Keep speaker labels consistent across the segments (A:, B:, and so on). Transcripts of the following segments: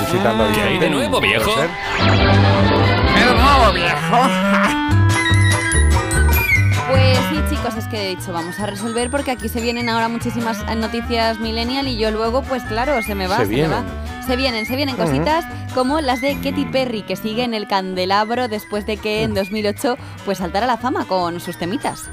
A: visitando a
B: ¿Qué hay Ah. de
A: Vicente.
B: nuevo,
A: ¿Puede
B: viejo?
A: ser?
C: Pues sí, chicos, es que he dicho, vamos a resolver porque aquí se vienen ahora muchísimas eh, noticias millennial y yo luego, pues claro, se me va,
A: Se
C: se,
A: vienen.
C: me va. Se vienen, se vienen
A: Ujú.
C: cositas como las de Katy Perry, que sigue en el candelabro después de que en 2008 pues saltara a la fama con sus temitas.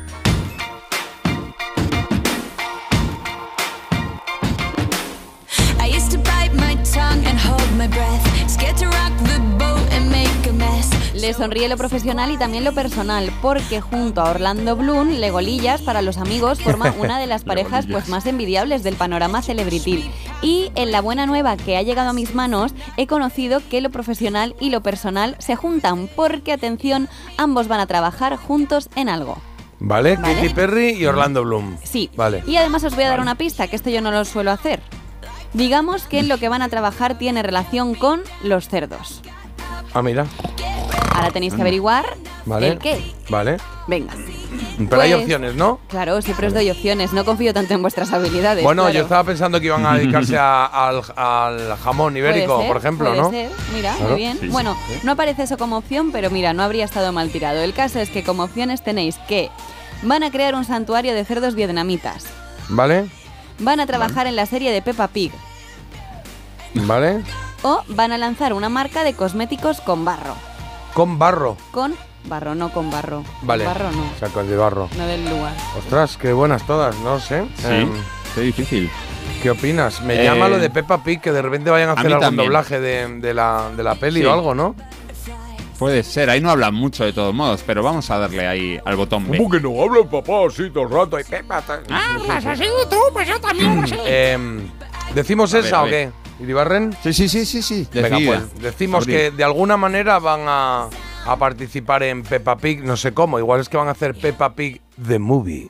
D: I used to bite my tongue and hold my breath. Scared to rock the boat and make a mess.
C: Le sonríe lo profesional y también lo personal, porque junto a Orlando Bloom, Legolillas, para los amigos, forma una de las parejas pues, más envidiables del panorama celebritil. Y en la buena nueva que ha llegado a mis manos, he conocido que lo profesional y lo personal se juntan, porque atención, ambos van a trabajar juntos en algo.
A: Vale,
C: Vale.
A: Katy Perry y Orlando Bloom.
C: Sí.
A: Vale.
C: Y además os voy a dar una pista, que esto yo no lo suelo hacer. Digamos que en lo que van a trabajar tiene relación con los cerdos.
A: Ah, mira.
C: Ahora tenéis que averiguar
A: Mm. Vale.
C: el qué.
A: Vale.
C: Venga.
A: Pero
C: Pues-
A: hay opciones, ¿no?
C: Claro, siempre os doy opciones. No confío tanto en vuestras habilidades.
A: Bueno,
C: claro.
A: yo estaba pensando que iban a dedicarse a- al, al jamón
C: Puede
A: ibérico,
C: ser,
A: por ejemplo,
C: puede
A: ¿no?
C: ser. Mira,
A: Claro.
C: muy bien.
B: Sí, sí.
C: bueno, no aparece eso como opción, pero mira, no habría estado mal tirado. El caso es que como opciones tenéis que van a crear un santuario de cerdos vietnamitas,
A: Vale,
C: van a trabajar en la serie de Peppa Pig
A: vale.
C: o van a lanzar una marca de cosméticos con barro.
A: Con barro.
C: Con barro, no con barro. Con
A: Vale.
C: barro no,
A: O sea, con de barro.
C: no del lugar.
A: Ostras, qué buenas todas, no sé.
B: Sí,
A: Em,
B: Eh, qué difícil.
A: ¿Qué opinas? Me
B: Eh,
A: llama lo de Peppa Pig, que de repente vayan a hacer
B: mí
A: algún
B: también.
A: doblaje de, de la, de la peli
B: Sí.
A: o algo, ¿no?
B: Puede ser, ahí no hablan mucho de todos modos, pero vamos a darle ahí al botón B.
A: que no? Habla el papá así todo el rato y Peppa...
E: Hablas así tú, pues yo también así.
A: Em, ¿Decimos
B: A ver,
A: esa
B: a
A: o qué?
B: ver.
A: ¿Iribarren?
B: Sí, sí, sí, sí, sí.
A: Venga,
B: decidida.
A: pues decimos
B: Abril.
A: que de alguna manera van a, a participar en Peppa Pig, no sé cómo, igual es que van a hacer Peppa Pig The Movie.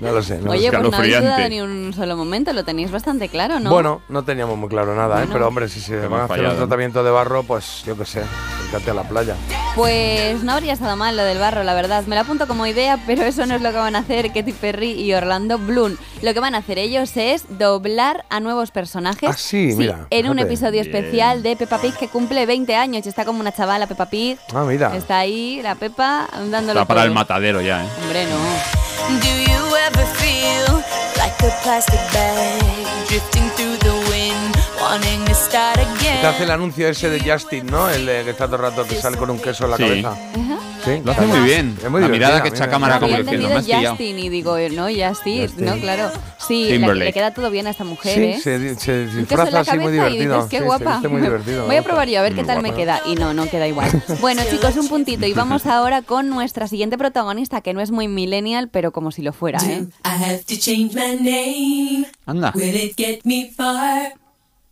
A: no lo sé. no lo sé.
C: Oye, pues no habéis
B: escalofriante.
C: dudado ni un solo momento, lo tenéis bastante claro, ¿no?
A: Bueno, no teníamos muy claro nada, ¿eh?
C: Bueno.
A: pero hombre, si se
B: Hemos
A: van a hacer
B: fallado.
A: un tratamiento de barro, pues yo qué sé, fíjate a la playa.
C: Pues no habría estado mal lo del barro, la verdad. Me lo apunto como idea, pero eso no es lo que van a hacer Katy Perry y Orlando Bloom. Lo que van a hacer ellos es doblar a nuevos personajes.
A: Ah, sí, mira,
C: En un
A: fíjate.
C: episodio
B: Bien.
C: especial de Peppa Pig que cumple 20 años y está como una chavala Peppa Pig.
A: Ah, mira.
C: Está ahí la Peppa dándolo
B: Está para
C: todo.
B: el matadero ya, ¿eh?
C: Hombre, no.
D: Do you ever feel like a plastic bag drifting through the wind, wanting to start
A: Te hace el
D: again?
A: anuncio ese de Justin, ¿no? El de que está todo el rato que sale con un queso en la
B: Sí.
A: cabeza.
C: Ajá.
A: Sí,
B: Lo hace
A: claro.
B: muy bien.
A: Es muy
B: la
A: divertida,
B: mirada que
A: mira.
B: echa a cámara como
C: había
B: diciendo,
C: entendido
B: me has pillado.
C: Justin y digo, eh, no, Justin,
A: Justin.
C: no, claro. Sí, la-
B: Timberlake.
C: le queda todo bien a esta mujer,
A: Sí,
C: ¿eh?
A: se, se
C: Un queso en
A: disfraza
C: la
A: así
C: cabeza
A: muy
C: y
A: divertido.
C: dices, qué
A: Sí, se
C: guapa.
A: viste muy
C: Me-
A: divertido.
C: Voy a probar yo a ver
B: Muy
C: qué tal me
B: guapa.
C: queda. Y no, no queda igual. bueno, chicos, un puntito. Y vamos ahora con nuestra siguiente protagonista, que no es muy millennial, pero como si lo fuera, ¿eh?
F: I have to change my name.
B: Anda.
F: Will it get me far?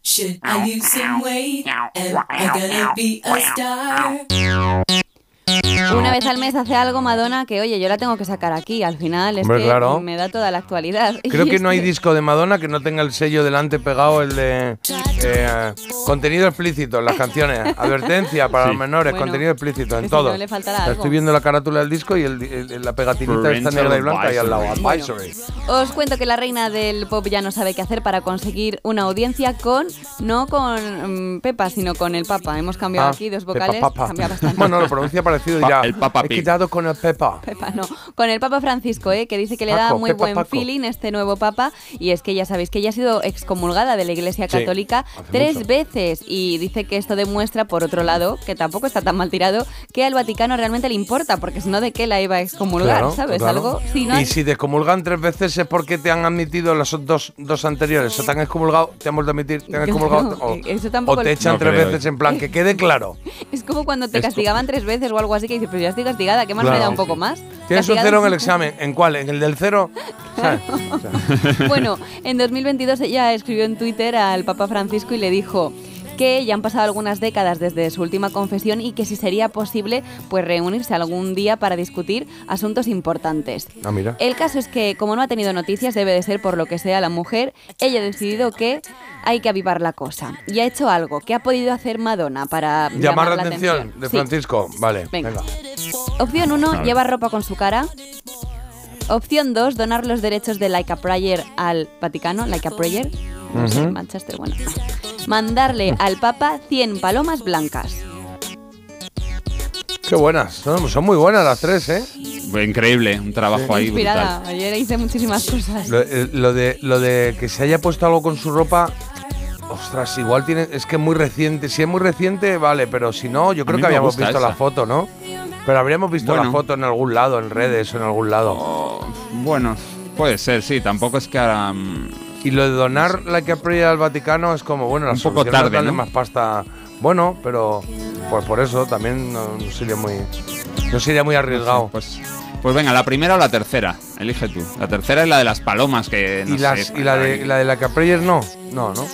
F: Should I lose some weight? Am I gonna be a star?
C: Una vez al mes hace algo Madonna que, oye, yo la tengo que sacar aquí. Al final es
A: Hombre,
C: que
A: claro.
C: me da toda la actualidad.
A: Creo
C: Y
A: que
C: es
A: no hay disco de Madonna que no tenga el sello delante pegado, el de eh, contenido explícito en las canciones, advertencia para los menores,
C: Bueno,
A: contenido explícito en
C: que si
A: todo.
C: no le faltará
A: O sea,
C: algo.
A: Estoy viendo la carátula del disco y el, el- la pegatinita está
B: Parental
A: negra y blanca y al lado,
B: advisory.
C: Bueno,
A: advisory.
C: os cuento que la reina del pop ya no sabe qué hacer para conseguir una audiencia con, no con mm, Pepa, sino con el Papa. Hemos cambiado
A: Ah,
C: aquí dos
A: Peppa
C: vocales.
A: Papa.
C: Cambia bastante.
A: Bueno, lo pronuncia parecido y
B: Pa-
A: ya.
B: el Papa
A: He
B: Pig.
A: quitado con el Pepa.
C: Pepa, no. Con el Papa Francisco, ¿eh? que dice que le da
A: Paco,
C: muy
A: Pepa,
C: buen
A: Paco.
C: feeling este nuevo Papa. Y es que ya sabéis que ella ha sido excomulgada de la Iglesia
A: Sí,
C: Católica
A: hace
C: tres
A: mucho.
C: veces. Y dice que esto demuestra, por otro lado, que tampoco está tan mal tirado, que al Vaticano realmente le importa, porque si no, ¿de qué la iba a excomulgar?
A: Claro,
C: ¿Sabes?
A: claro.
C: Algo. si no-
A: Y si te excomulgan tres veces es porque te han admitido las dos, dos anteriores. O te han excomulgado, te han vuelto a admitir, te han
C: Claro,
A: excomulgado. O,
C: eso tampoco
A: o te
C: lo-
A: echan
B: No
A: tres
B: creo.
A: veces en plan, que quede claro.
C: Es como cuando te
B: Es co-
C: castigaban tres veces o algo así, que dices, pero ya estoy castigada, ¿qué más me
A: Claro.
C: da un poco más?
A: Tienes un
C: Castigado
A: cero en el
C: sí.
A: examen. ¿En cuál? ¿En el del cero? ¿Sabes? O sea,
C: Bueno, en 2022 ella escribió en Twitter al Papa Francisco y le dijo que ya han pasado algunas décadas desde su última confesión y que si sería posible pues reunirse algún día para discutir asuntos importantes.
A: Ah, mira.
C: El caso es que como no ha tenido noticias debe de ser por lo que sea la mujer, ella ha decidido que hay que avivar la cosa y ha hecho algo que ha podido hacer Madonna para llamar,
A: Llamar la atención, de
C: Sí.
A: Francisco. Vale, venga.
C: Venga. Opción 1,
B: ver.
C: llevar ropa con su cara. Opción 2, donar los derechos de Like a Prayer al Vaticano, Like a Prayer. No sé, Manchester, bueno. mandarle al Papa 100 palomas blancas.
A: Qué buenas. Son, son muy buenas las tres, ¿eh?
B: Increíble, un trabajo ahí
C: Inspirada.
B: brutal.
C: Ayer hice muchísimas cosas.
A: Lo, eh, lo de, lo de que se haya puesto algo con su ropa. Ostras, igual tiene. Es que es muy reciente. Si es muy reciente, vale, pero si no, yo creo que
B: mí me
A: habíamos
B: gusta
A: visto
B: esa.
A: la foto, ¿no? Pero habríamos visto la
B: Bueno.
A: foto en algún lado, en redes o en algún lado.
B: Oh, bueno, puede ser, sí. Tampoco es que ahora... mm,
A: Y lo de donar la que al Vaticano es como, bueno, la
B: Un poco
A: solución era
B: tarde,
A: darle
B: ¿no?
A: más pasta. Bueno, pero pues por eso también no, no sería muy. No sería muy arriesgado.
B: Pues, pues venga, la primera o la tercera. Elige tú. La tercera es la de las palomas, que no
A: y, las-
B: sé, pues
A: y la, de, la de la Capreyers no. No, no.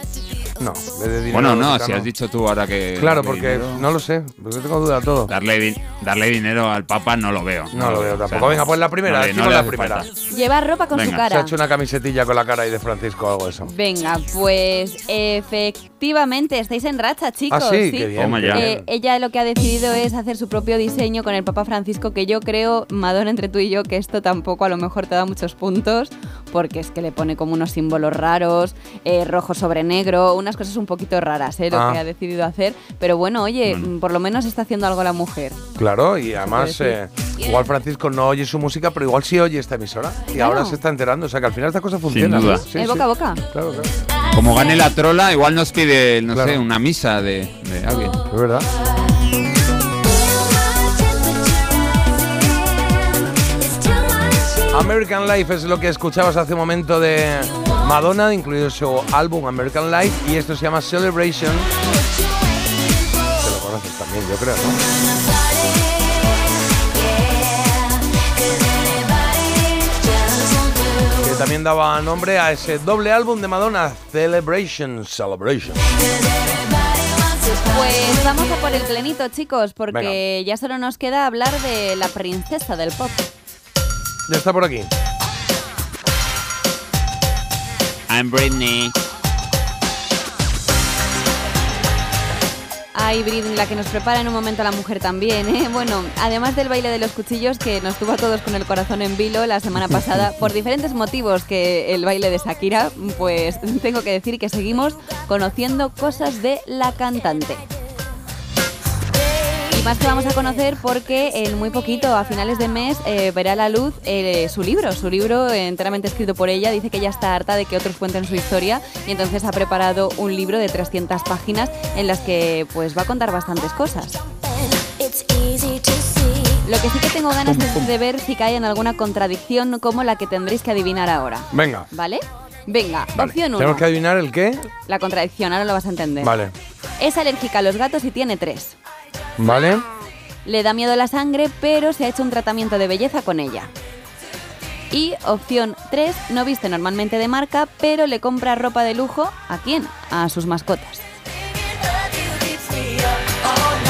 A: No, le de dinero
B: Bueno,
A: al
B: no,
A: Vaticano.
B: si has dicho tú ahora que...
A: Claro,
B: darle
A: porque
B: dinero-
A: no lo sé, porque tengo duda de todo.
B: Darle, di- darle dinero al Papa no lo veo.
A: No lo veo
B: O sea,
A: tampoco. Venga, pues la primera,
B: le-
A: decimos
B: le
A: la
B: hace
A: primera.
B: falta.
C: Llevar ropa con su
B: Venga,
A: Se ha
C: cara.
A: hecho una camisetilla con la cara ahí de Francisco o algo de eso.
C: Venga, pues efectivamente estáis en racha, chicos.
A: ah, sí, qué bien.
B: Toma
A: qué
B: ya.
A: bien.
C: Eh, ella lo que ha decidido es hacer su propio diseño con el Papa Francisco, que yo creo, Madonna, entre tú y yo, que esto tampoco a lo mejor te da muchos puntos, porque es que le pone como unos símbolos raros, eh, rojo sobre negro, unas cosas un poquito raras, eh, lo
A: Ah.
C: que ha decidido hacer. Pero bueno, oye, mm, por lo menos está haciendo algo la mujer.
A: Claro, y además,
C: puede
A: eh, igual Francisco no oye su música, pero igual sí oye esta emisora. Y
C: Claro.
A: ahora se está enterando, o sea que al final esta cosa funciona.
B: duda.
A: Sí,
C: Es
A: sí.
C: Eh, boca a boca.
A: Claro, claro.
B: Como gane la trola, igual nos pide, no
A: Claro.
B: sé, una misa de, de alguien.
A: Es verdad. American Life es lo que escuchabas hace un momento de Madonna, incluido su álbum American Life, y esto se llama Celebration. Te lo conoces también, yo creo, ¿no? Que también daba nombre a ese doble álbum de Madonna, Celebration, Celebration.
C: Pues vamos a por el plenito, chicos, porque
A: Venga.
C: ya solo nos queda hablar de la princesa del pop.
A: Ya está por aquí.
B: I'm Britney.
C: Ay, Britney, la que nos prepara en un momento la mujer también, ¿eh? Bueno, además del baile de los cuchillos que nos tuvo a todos con el corazón en vilo la semana pasada, por diferentes motivos que el baile de Shakira, pues tengo que decir que seguimos conociendo cosas de la cantante. Y más que vamos a conocer porque en muy poquito, a finales de mes, eh, verá la luz eh, su libro. Su libro eh, enteramente escrito por ella. Dice que ya está harta de que otros cuenten su historia y entonces ha preparado un libro de 300 páginas en las que pues va a contar bastantes cosas. Lo que sí que tengo ganas es de ver si cae en alguna contradicción como la que tendréis que adivinar ahora.
A: Venga.
C: ¿Vale? Venga,
A: Vale.
C: opción 1.
A: Tenemos que adivinar el qué.
C: La contradicción, ahora lo vas a entender.
A: Vale.
C: Es alérgica a los gatos y tiene tres.
A: Vale.
C: Le da miedo la sangre, pero se ha hecho un tratamiento de belleza con ella. Y opción 3, no viste normalmente de marca, pero le compra ropa de lujo a quién? A sus mascotas.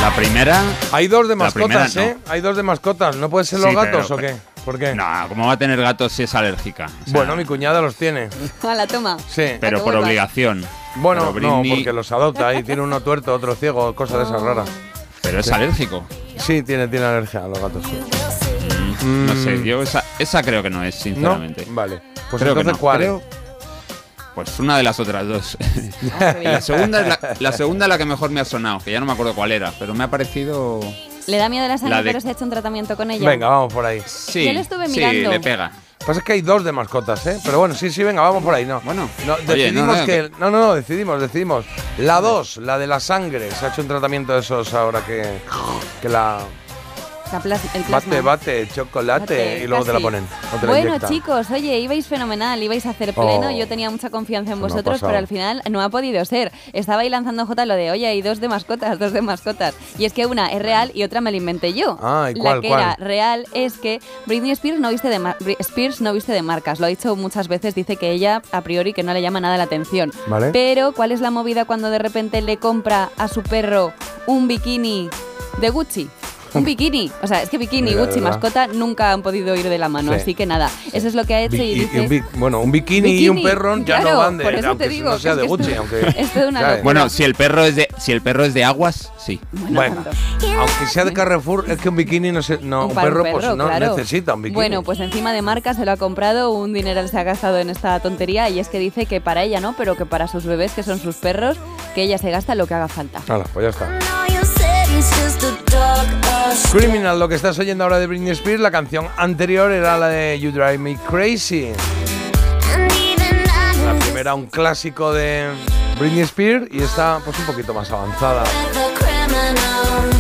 B: La primera...
A: Hay dos de
B: La
A: mascotas,
B: primera,
A: ¿eh? Hay dos de mascotas. ¿No pueden ser los
B: Sí,
A: gatos
B: pero-
A: o qué? ¿Por qué?
B: No, ¿cómo va a tener gatos si es alérgica? O sea,
A: Bueno, mi cuñada los tiene.
C: A la toma.
A: Sí.
B: Pero
C: que
B: por
C: vuelva.
B: obligación.
A: Bueno,
B: Pero
A: no,
B: Britney-
A: porque los adopta y tiene uno tuerto, otro ciego, cosas de esas raras.
B: Pero es alérgico.
A: Sí, tiene, tiene alergia a los gatos. sí.
B: Mm, No sé, yo esa, esa creo que no es,
A: Mm. ¿No?
B: sinceramente.
A: Vale. Pues
B: Creo que
A: entonces,
B: no.
A: ¿cuál?
B: Creo- Pues una de las otras dos. Y la segunda es la, la segunda es la que mejor me ha sonado, que ya no me acuerdo cuál era, pero me ha parecido.
C: Le da miedo la sangre,
B: La de-
C: pero se ha hecho un tratamiento con ella.
A: Venga, vamos por ahí.
B: Sí,
C: Yo lo estuve
B: sí,
C: mirando.
B: le pega.
A: Pasa que hay dos de mascotas, ¿eh? Pero bueno, sí, sí, venga, vamos por ahí, ¿no?
B: Bueno.
A: No,
B: Oye,
A: decidimos
B: no, no,
A: que... No, no, no, decidimos, decidimos. La dos, la de la sangre. Se ha hecho un tratamiento de esos ahora que, que la...
C: La plas- el plasma.
A: Bate, bate, chocolate
C: Bate,
A: y luego te la
C: casi.
A: ponen. o te la
C: bueno,
A: inyectan.
C: chicos, oye, ibais fenomenal, ibais a hacer pleno.
A: Oh.
C: Yo tenía mucha confianza en
A: Eso no ha
C: vosotros,
A: pasado.
C: pero al final no ha podido ser. Estaba ahí lanzando J lo de, oye, hay dos de mascotas, dos de mascotas. Y es que una es real y otra me la inventé yo.
A: Ah, ¿y cuál,
C: la que
A: cuál?
C: era real es que Britney Spears no viste de mar- Bri- Spears no viste de marcas. Lo ha dicho muchas veces, dice que ella a priori que no le llama nada la atención.
A: Vale.
C: Pero ¿cuál es la movida cuando de repente le compra a su perro un bikini de Gucci? Un bikini. O sea, es que bikini,
A: Mira,
C: Gucci,
A: ¿verdad?
C: mascota nunca han podido ir de la mano.
A: Sí.
C: Así que nada, eso es lo que ha hecho
A: Bi-
C: y
A: y- y un
C: dices...
A: bi- bueno, un bikini, y un
C: Bikini,
A: perro ya
C: claro,
A: no van de,
C: por eso
A: aunque
C: te digo,
A: no
C: que
A: sea
C: es
A: de
C: que
A: Gucci,
C: esto-
A: aunque
C: esto es una
A: ¿sabes?
C: locura.
B: Bueno, si el perro es de, si el perro es de aguas, sí.
A: Bueno, aunque sea de Carrefour, es que un bikini no se, no, un,
C: para
A: perro, pues no
C: claro.
A: necesita un bikini.
C: Bueno, pues encima de marca se lo ha comprado, un dinero se ha gastado en esta tontería y es que dice que para ella no, pero que para sus bebés, que son sus perros, que ella se gasta lo que haga falta.
A: Hala, pues ya está.
D: All you said is just a dark us.
A: Criminal, lo que estás oyendo ahora de Britney Spears, la canción anterior era la de You Drive Me Crazy.
D: And even I
A: La
D: know
A: primera, un clásico de Britney Spears y está pues un poquito más avanzada.
D: you're a criminal.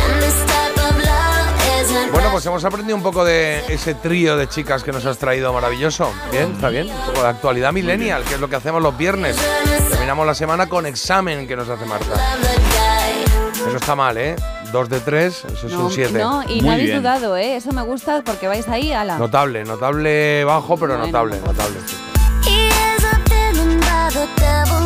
D: And this type of love isn't
A: Bueno, pues hemos aprendido un poco de ese trío de chicas que nos has traído maravilloso. Bien, está bien. Un poco de actualidad millennial, que es lo que hacemos los viernes. Terminamos la semana con examen que nos hace Marta.
D: another guy.
A: Eso está mal, ¿eh? Dos de tres, eso es
C: No,
A: un siete.
C: no, y
B: Muy
C: no habéis
B: bien.
C: dudado, ¿eh? Eso me gusta porque vais ahí a la...
A: Notable, notable bajo, pero
C: Bueno,
A: notable,
C: bueno.
A: notable. sí.
D: He is a villain by the devil's